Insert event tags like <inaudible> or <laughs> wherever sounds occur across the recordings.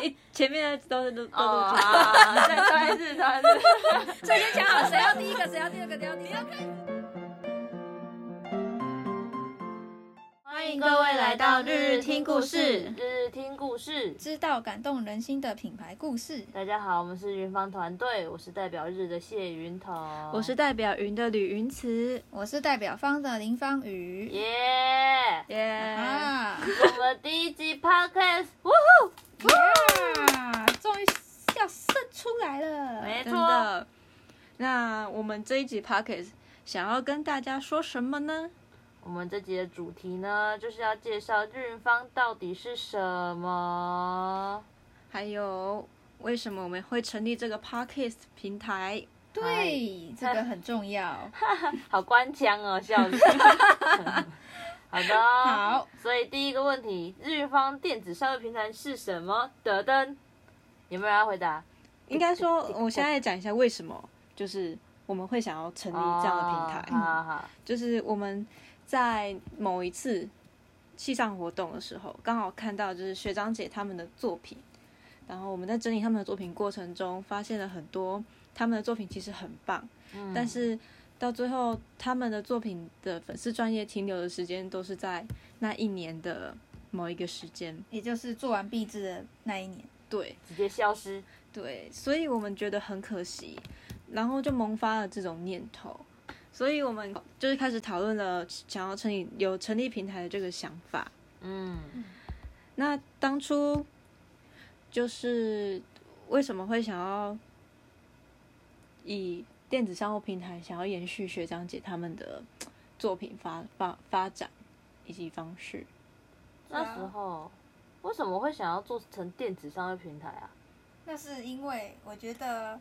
哎前面的都是都都录哦，好好好再再一次，再一 <laughs> 次。所以就讲 <laughs> 好谁要第一个，谁要第二个，谁要第三个。欢迎各位来到日日听故事日日听故事。知道感动人心的品牌故事，大家好，我们是云芳团队，我是代表日的谢云彤，我是代表云的吕云慈，我是代表方的林芳宇。耶耶、啊！我们第一集 podcast，呜呼，哇！终于要生出来了。没真错，的。那我们这一集 p o c k e t 想要跟大家说什么呢？我们这集的主题呢，就是要介绍日云芳到底是什么。还有为什么我们会成立这个 p o c k e t 平台？对，这个很重 <laughs> 要。好官腔哦，笑死。好的、好，所以第一个问题，日方电子商务平台是什么？得登，有没有人要回答？应该说，我现在讲一下为什么，就是我们会想要成立这样的平台。哦好好好，就是我们在某一次系上活动的时候，刚好看到就是学长姐他们的作品，然后我们在整理他们的作品过程中，发现了很多他们的作品其实很棒，嗯但是到最后他们的作品的粉丝专业停留的时间都是在那一年的某一个时间，也就是做完毕制的那一年。对，直接消失。对，所以我们觉得很可惜，然后就萌发了这种念头，所以我们就是开始讨论了想要成立有成立平台的这个想法。嗯那当初就是为什么会想要以电子商务平台想要延续学长姐他们的嘖作品发发发展以及方式？那时候为什么会想要做成电子商务平台啊？那是因为我觉得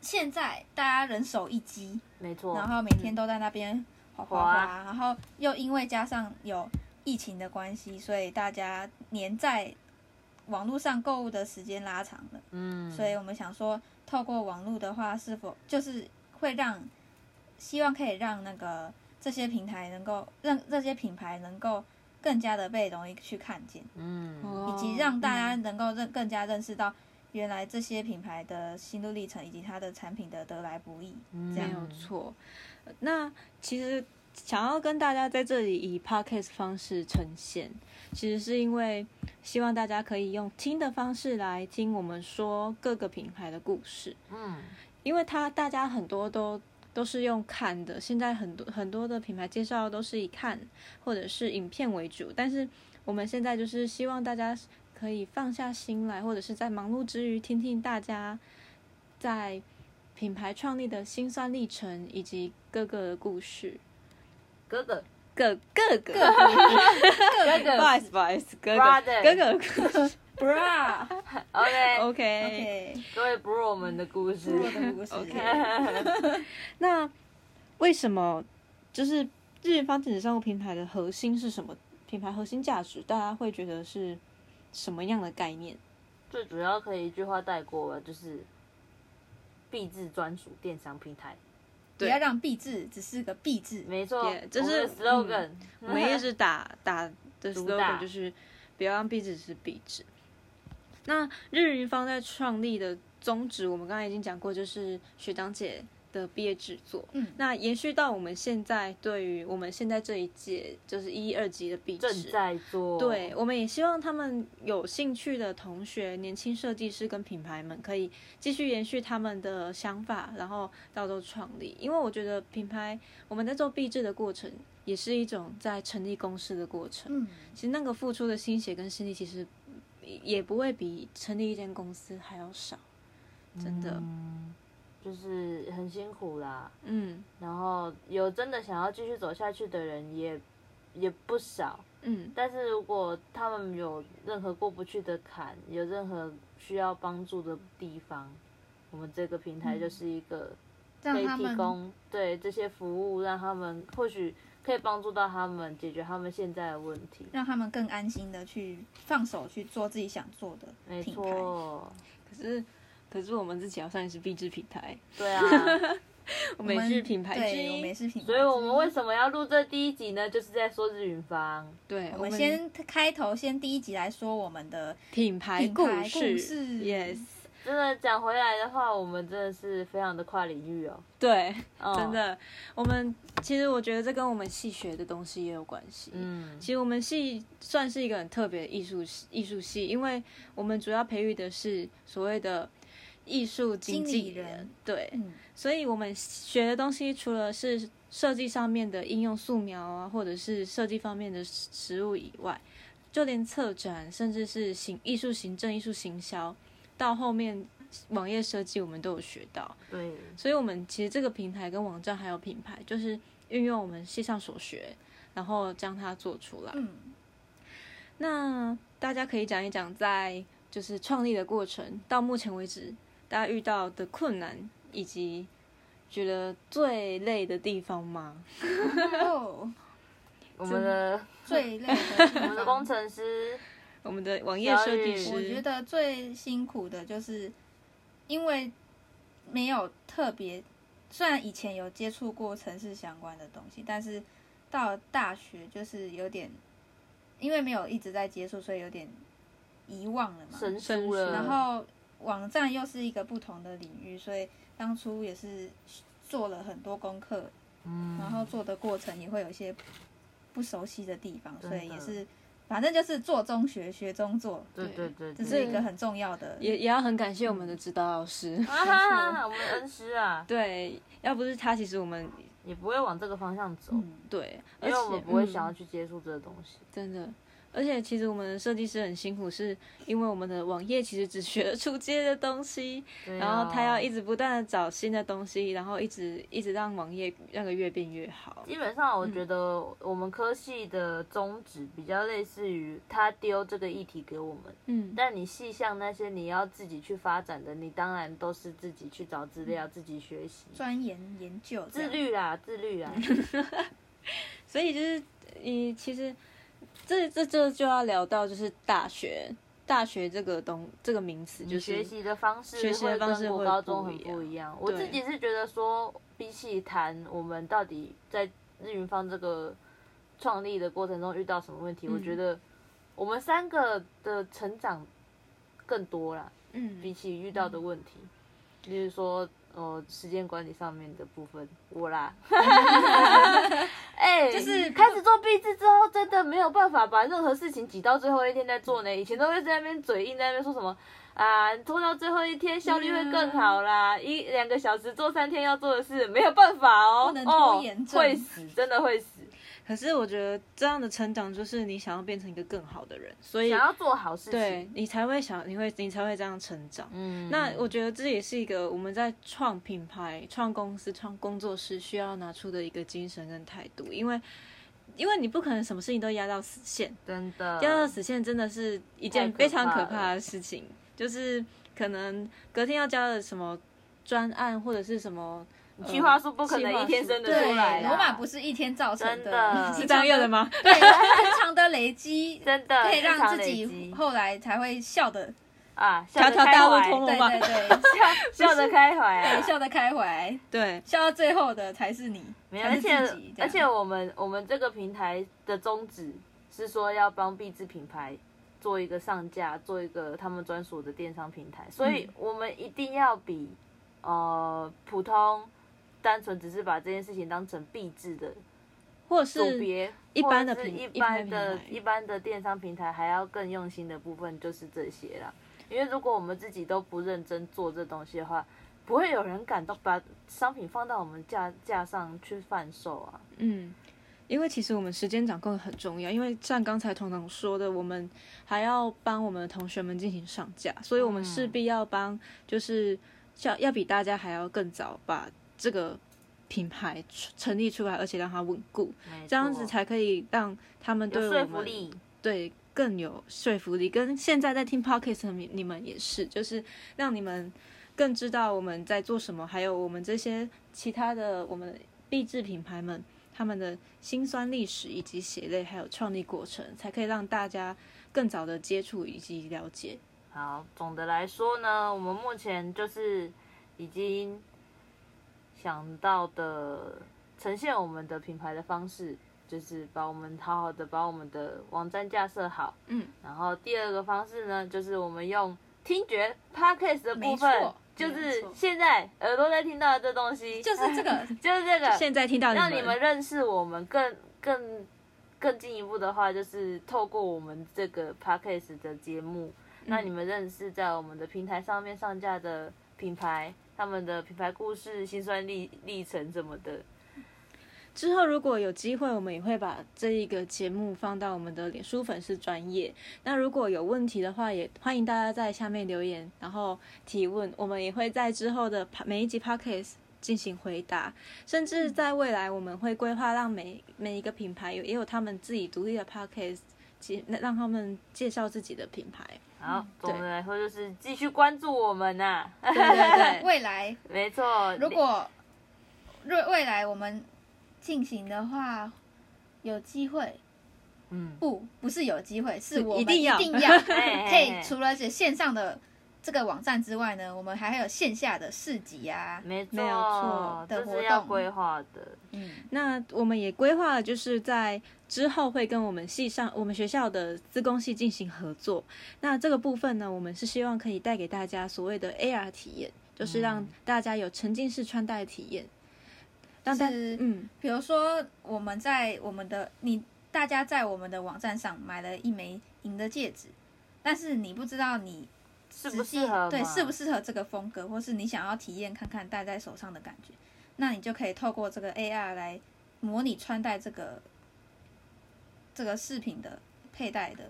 现在大家人手一机，没错，然后每天都在那边滑滑滑，嗯滑然后又因为加上有疫情的关系，所以大家黏在网络上购物的时间拉长了。嗯，所以我们想说，透过网络的话，是否就是会让，希望可以让那个这些平台能够让这些品牌能够更加的被容易去看见。嗯，以及让大家能够认更加认识到原来这些品牌的心路历程，以及它的产品的得来不易。这没样嗯有错。呃那其实想要跟大家在这里以 podcast 方式呈现，其实是因为希望大家可以用听的方式来听我们说各个品牌的故事，嗯，因为它大家很多都。都是用看的，现在很多很多的品牌介绍都是以看或者是影片为主，但是我们现在就是希望大家可以放下心来，或者是在忙碌之余听听大家在品牌创立的辛酸历程以及各个的故事。哥哥各各个，哥 <laughs> 不哥好意思，不好意思，哥哥， Brother 哥哥的故事 Bra ，OK， ，OK。 OK，各位 bro 们的故事，我的故事 OK <laughs> 那为什么就是日元方电子商务平台的核心是什么？品牌核心价值，大家会觉得是什么样的概念？最主要可以一句话带过吧，就是币制专属电商平台，不要让币制只是个币制，没错 Yeah，，就嗯是我们的 slogan，我们一直打打的啊主打 slogan 就是不要让壁纸是壁纸。那日云方在创立的宗旨，我们刚才已经讲过，就是学长姐的毕业制作。嗯那延续到我们现在，对于我们现在这一届，就是一二级的毕制， <laughs> 正在做，对，，我们也希望他们有兴趣的同学、年轻设计师跟品牌们可以继续延续他们的想法，然后到时候创立。因为我觉得品牌，我们在做币制的过程，也是一种在成立公司的过程。嗯，其实那个付出的心血跟心力，其实也不会比成立一间公司还要少，真的。嗯，就是很辛苦啦。嗯然后有真的想要继续走下去的人也也不少，嗯，但是如果他们有任何过不去的坎，有任何需要帮助的地方，我们这个平台就是一个可让以嗯他提们供对这些服务，让他们或许可以帮助到他们解决他们现在的问题。让他们更安心的去放手去做自己想做的没品牌。 <laughs> 错，可是可是我们自己好像也是币制平台，对啊，我我们们是品牌之对，我一们也，是品牌之所一。以我们为什么要录这第一集呢？就是在说日云坊。对，我我们先开头，先第一集来说我们的品牌品牌事故事 y e s 真的讲回来的话，我们真的是非常的跨领域哦。对，哦 <laughs> 真，的，我们其实我觉得这跟我们系学的东西也有关系，嗯，其实我们系算是一个很特别的艺术系艺术系，因为我们主要培育的是所谓的艺术经纪经理人对，嗯，所以我们学的东西除了是设计上面的应用素描啊，或者是设计方面的实实物以外，就连策展，甚至是行艺术行政、艺术行销，到后面网页设计，我们都有学到。对，所以我们其实这个平台跟网站还有品牌，就是运用我们系上所学，然后将它做出来。 <laughs> 嗯，那大家可以讲一讲，在就是创立的过程到目前为止，大家遇到的困难以及觉得最累的地方吗？哦，我们的最累的地我们的方工程师，我们的网页设计师，我觉得最辛苦的就是，因为没有特别，虽然以前有接触过城市相关的东西，但是到了大学就是有点，因为没有一直在接触，所以有点遗忘了嘛。神神书了，书然后网站又是一个不同的领域，所以当初也是做了很多功课，嗯然后做的过程也会有一些不熟悉的地方，所真的以也是反正就是做中学，学中做，对对对，这对是一个很重要的。也也要很感谢我们的指导老师。啊哈哈，我们的恩师啊，对，要不是他，其实我们也不会往这个方向走，嗯，对，而因为且我们不会嗯想要去接触这个东西。真的。而且其实我们的设计师很辛苦，是因为我们的网页其实只学了初阶的东西，对然后他啊要一直不断的找新的东西，然后一直一直让网页那个越变越好。基本上，我嗯觉得我们科系的宗旨比较类似于他丢这个议题给我们，嗯，但你细项那些你要自己去发展的，你当然都是自己去找资料、嗯自己学习，钻研研究这自样，律啦，自 <laughs> 律啦。所以就是你其实这这这就要聊到就是大学，大学这个东这个名词就你是学习的方式学习的会方式跟国会高不中很一不一样。我对自己是觉得说，比起谈我们到底在日云坊这个创立的过程中遇到什么问题，我嗯觉得我们三个的成长更多啦。比嗯，起遇到的问题，例如说呃时间管理上面的部分，我 <laughs> 啦，哎、就是开始做壁纸之后，真的没有办法把任何事情挤到最后一天再做呢。以前都会在那边嘴硬，在那边说什么。啊，拖到最后一天效率会更好啦！嗯一两个小时做三天要做的事，没有办法哦，不能拖延哦，症会死，真的会死。可是我觉得这样的成长就是你想要变成一个更好的人，所以想要做好事情，对你才会想，你会你才会这样成长。嗯，那我觉得这也是一个我们在创品牌、创公司、创工作室需要拿出的一个精神跟态度，因为因为你不可能什么事情都压到死线，真的压到死线真的是一件太可非常可怕怕的事情，就是可能隔天要交的什么专案或者是什么计划书不可能一天生得出来对，啦，罗马不是一天造成真的是这样用的吗？ <laughs> 对，平常的累积 <laughs> 真的可以非常让自累己积后来才会笑的，啊，条笑条得大开路怀，啊通罗对马，对对， <laughs> 笑得开怀啊对， <laughs> 笑得开怀，对，笑到最后的才是你，没有才而是且自己这样而且我们我们这个平台的宗旨是说要帮币制品牌做一个上架，做一个他们专属的电商平台，所以嗯我们一定要比呃普通单纯只是把这件事情当成币制的或者组是别。一般的或者是平一一般般的平台一般的电商平台还要更用心的部分就是这些啦。因为如果我们自己都不认真做这东西的话，不会有人敢都把商品放到我们架架上去贩售啊。嗯，因为其实我们时间掌控很重要，因为像刚才彤彤说的，我们还要帮我们的同学们进行上架，所以我们嗯势必要帮，就是要要比大家还要更早把这个品牌出成立出来，而且让它稳固，没错这样子才可以让他们对有我说们服力。对更有说服力，跟现在在听 podcast 的你你们也是，就是让你们更知道我们在做什么，还有我们这些其他的我们励志品牌们他们的辛酸历史以及血泪，还有创立过程，才可以让大家更早的接触以及了解。好，总的来说呢，我们目前就是已经想到的呈现我们的品牌的方式，就是把我们好好的把我们的网站架设好。嗯，然后第二个方式呢，就是我们用听觉 podcast 的部没分错，就是没错现在耳朵在听到的这东西，就是这个 <laughs> 就是这个，现在听到让你你们认识我们更更更进一步的话，就是透过我们这个 podcast 的节目，嗯让你们认识在我们的平台上面上架的品牌，他们的品牌故事、辛酸历历程什么的。之后如果有机会，我们也会把这一个节目放到我们的脸书粉丝专业。那如果有问题的话，也欢迎大家在下面留言，然后提问，我们也会在之后的 po- 每一集 podcast 进行回答。甚至在未来，我们会规划让每每一个品牌有也有他们自己独立的 podcast，介让他们介绍自己的品牌。嗯好，对总的来说就是继续关注我 <laughs> 们呐、对对对，未 <laughs> 来没错，如果若未来我们进行的话，有机会嗯，不不是有机会，是是我们一定要定要嘿可以嘿除了这线上的这个网站之外呢，我们还有线下的市集啊，没错，没有错的这活是要动规划的。嗯，那我们也规划了，就是在之后会跟我们系上我们学校的资工系进行合作。那这个部分呢，我们是希望可以带给大家所谓的 AR 体验，就是让嗯大家有沉浸式穿戴体验。让大是嗯，比如说我们在我们的你大家在我们的网站上买了一枚银的戒指，但是你不知道你适不仔细适合对嘛适不适合这个风格，或是你想要体验看看戴在手上的感觉，那你就可以透过这个 AR 来模拟穿戴这个这个饰品的佩戴的，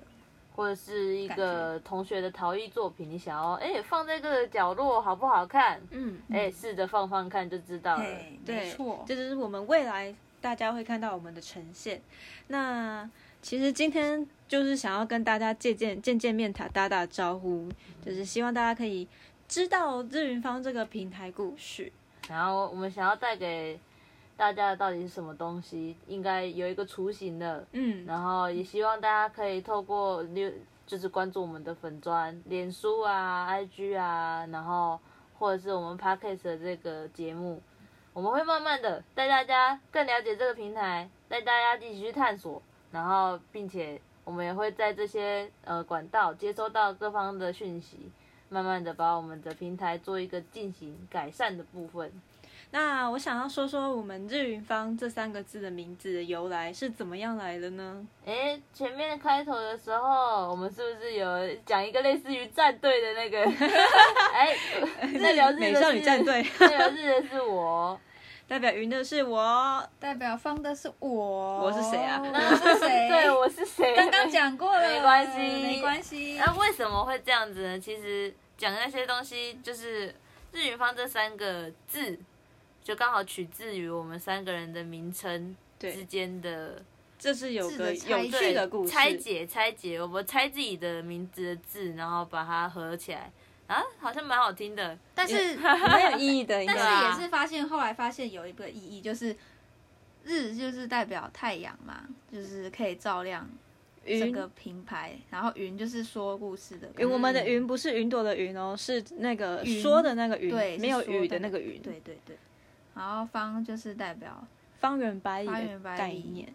或者是一个同学的陶艺作品，你想要哎、放在这个角落好不好看？嗯，哎、试着放放看就知道了。对，对呃没错，这就是我们未来大家会看到我们的呈现。那其实今天就是想要跟大家见见见见面打打打招呼，就是希望大家可以知道日云坊这个平台故事。然后我们想要带给大家的到底是什么东西，应该有一个雏形了。嗯，然后也希望大家可以透过留就是关注我们的粉砖、脸书啊、IG 啊，然后或者是我们 Podcast 的这个节目，我们会慢慢的带大家更了解这个平台，带大家一起去探索，然后并且我们也会在这些呃管道接收到各方的讯息，慢慢的把我们的平台做一个进行改善的部分。那我想要说说我们日云坊这三个字的名字的由来是怎么样来的呢？诶，前面开头的时候，我们是不是有讲一个类似于战队的 <laughs> 那个？哎，那聊日美的少是女战，队那聊日的是 <laughs> 我， <laughs> 代表云的是我，代表方的是我，我是谁啊我是谁？<laughs> <laughs> 对，我是谁？刚刚。讲过了，没关系没关系。那为什么会这样子呢？其实讲那些东西，就是日语方这三个字，就刚好取自于我们三个人的名称之对，间的这是有个字的拆有解趣的故事。拆解拆解，我们拆自己的名字的字，然后把它合起来啊，好像蛮好听的。但是蛮有意义的，应但该是啊也是发现后来发现有一个意义，就是日就是代表太阳嘛，就是可以照亮整云个品牌，然后云就是说故事的啊云，我们的嗯云不是云朵的云哦，是那个云说的那个云，对，没有是说雨的那个云。对对对。然后方就是代表方圆百里方圆百的里概念。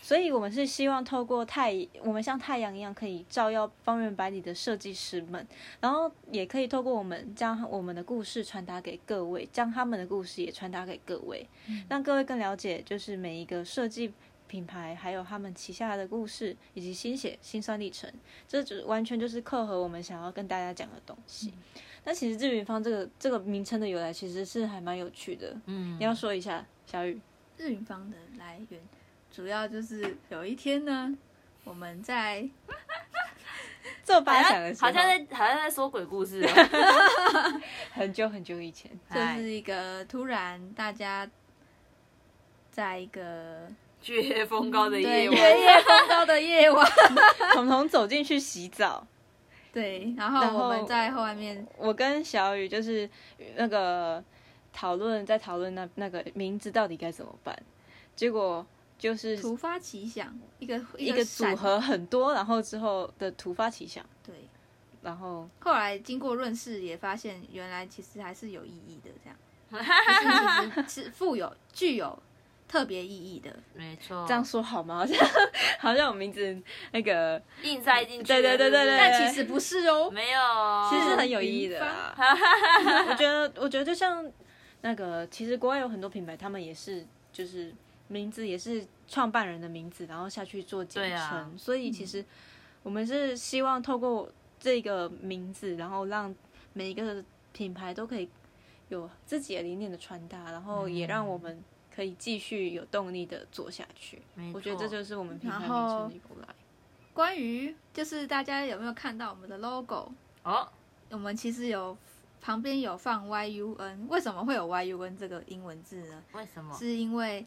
所以我们是希望透过太，我们像太阳一样可以照耀方圆百里的设计师们，然后也可以透过我们将我们的故事传达给各位，将他们的故事也传达给各位，嗯让各位更了解就是每一个设计。品牌还有他们旗下的故事以及心血辛酸历程，这就完全就是扣合我们想要跟大家讲的东西。嗯那其实“日云坊”这个这个名称的由来其实是还蛮有趣的，你嗯，要说一下小雨。日云方的来源，主要就是有一天呢，我们在做好八强像的时候，好像在好像在说鬼 <laughs> 故事、哦，很久很久以前，这是一个突然大家在一个巨夜风高的夜对晚，月夜风高的夜晚，彤彤走进去洗澡，对，然后然后我们在后面我跟小雨就是那个讨论，在讨论那那个名字到底该怎么办，结果就是突发奇想，一个一个组闪合很多，然后之后的突发奇想，对，然后后来经过润饰也发现，原来其实还是有意义的。这样，就是其实是富有具有特别意义的。没错，这样说好吗？好像 <laughs> 好像我名字那个硬塞进去。对对对对对但但其实不是哦，没有，其实很有意义的啦。 <laughs> 我觉得，我觉得就像那个，其实国外有很多品牌，他们也是就是名字也是创办人的名字，然后下去做简对称。啊所以其实我们是希望透过这个名字，然后让每一个品牌都可以有自己的理念的传达，然后也嗯让我们可以继续有动力的做下去。没错我觉得这就是我们品牌名然后成立由来。关于就是大家有没有看到我们的 logo？哦，我们其实有旁边有放 YUN，为什么会有 YUN 这个英文字呢？为什么？是因为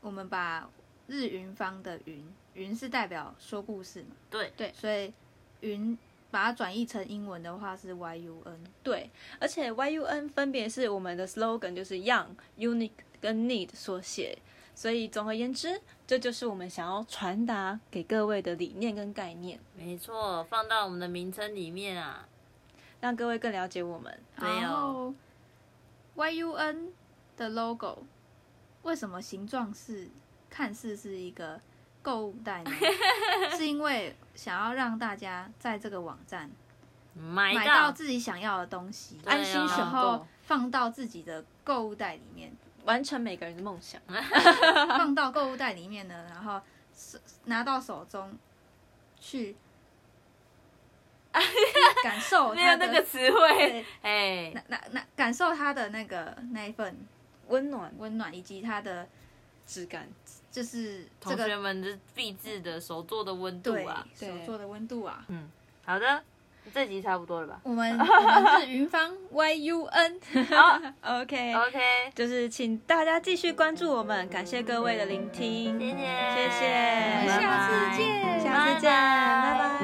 我们把日云方的云，云是代表说故事嘛，对对所以云把它转译成英文的话是 YUN。对，而且 YUN 分别是我们的 slogan，就是 Young、Unique 跟 Need 所写，所以总而言之，这就是我们想要传达给各位的理念跟概念，没错，放到我们的名称里面啊。让各位更了解我们。对哦然后 YUN 的 logo 为什么形状是看似是一个购物袋 <laughs> 呢？是因为想要让大家在这个网站买买到自己想要的东西，对啊安心选然后购，放到自己的购物袋里 <laughs> 面，完成每个人的梦想。放到购物袋里面呢，然后手拿到手中 <laughs> 去去感受没有它那个的，词汇对，哎，那那那感受它的那个那一份温暖温暖，以及它的质感，就是这同学个们这必制的手做的温度对啊。手做的温度 <laughs> 啊。嗯，好的，这集差不多了吧我们我们是云 <laughs> 芳 YUN， <laughs> OK， ？OK，就是请大家继续关注我们，感谢各位的聆听，谢谢，谢谢我们下次见下次见，拜拜拜拜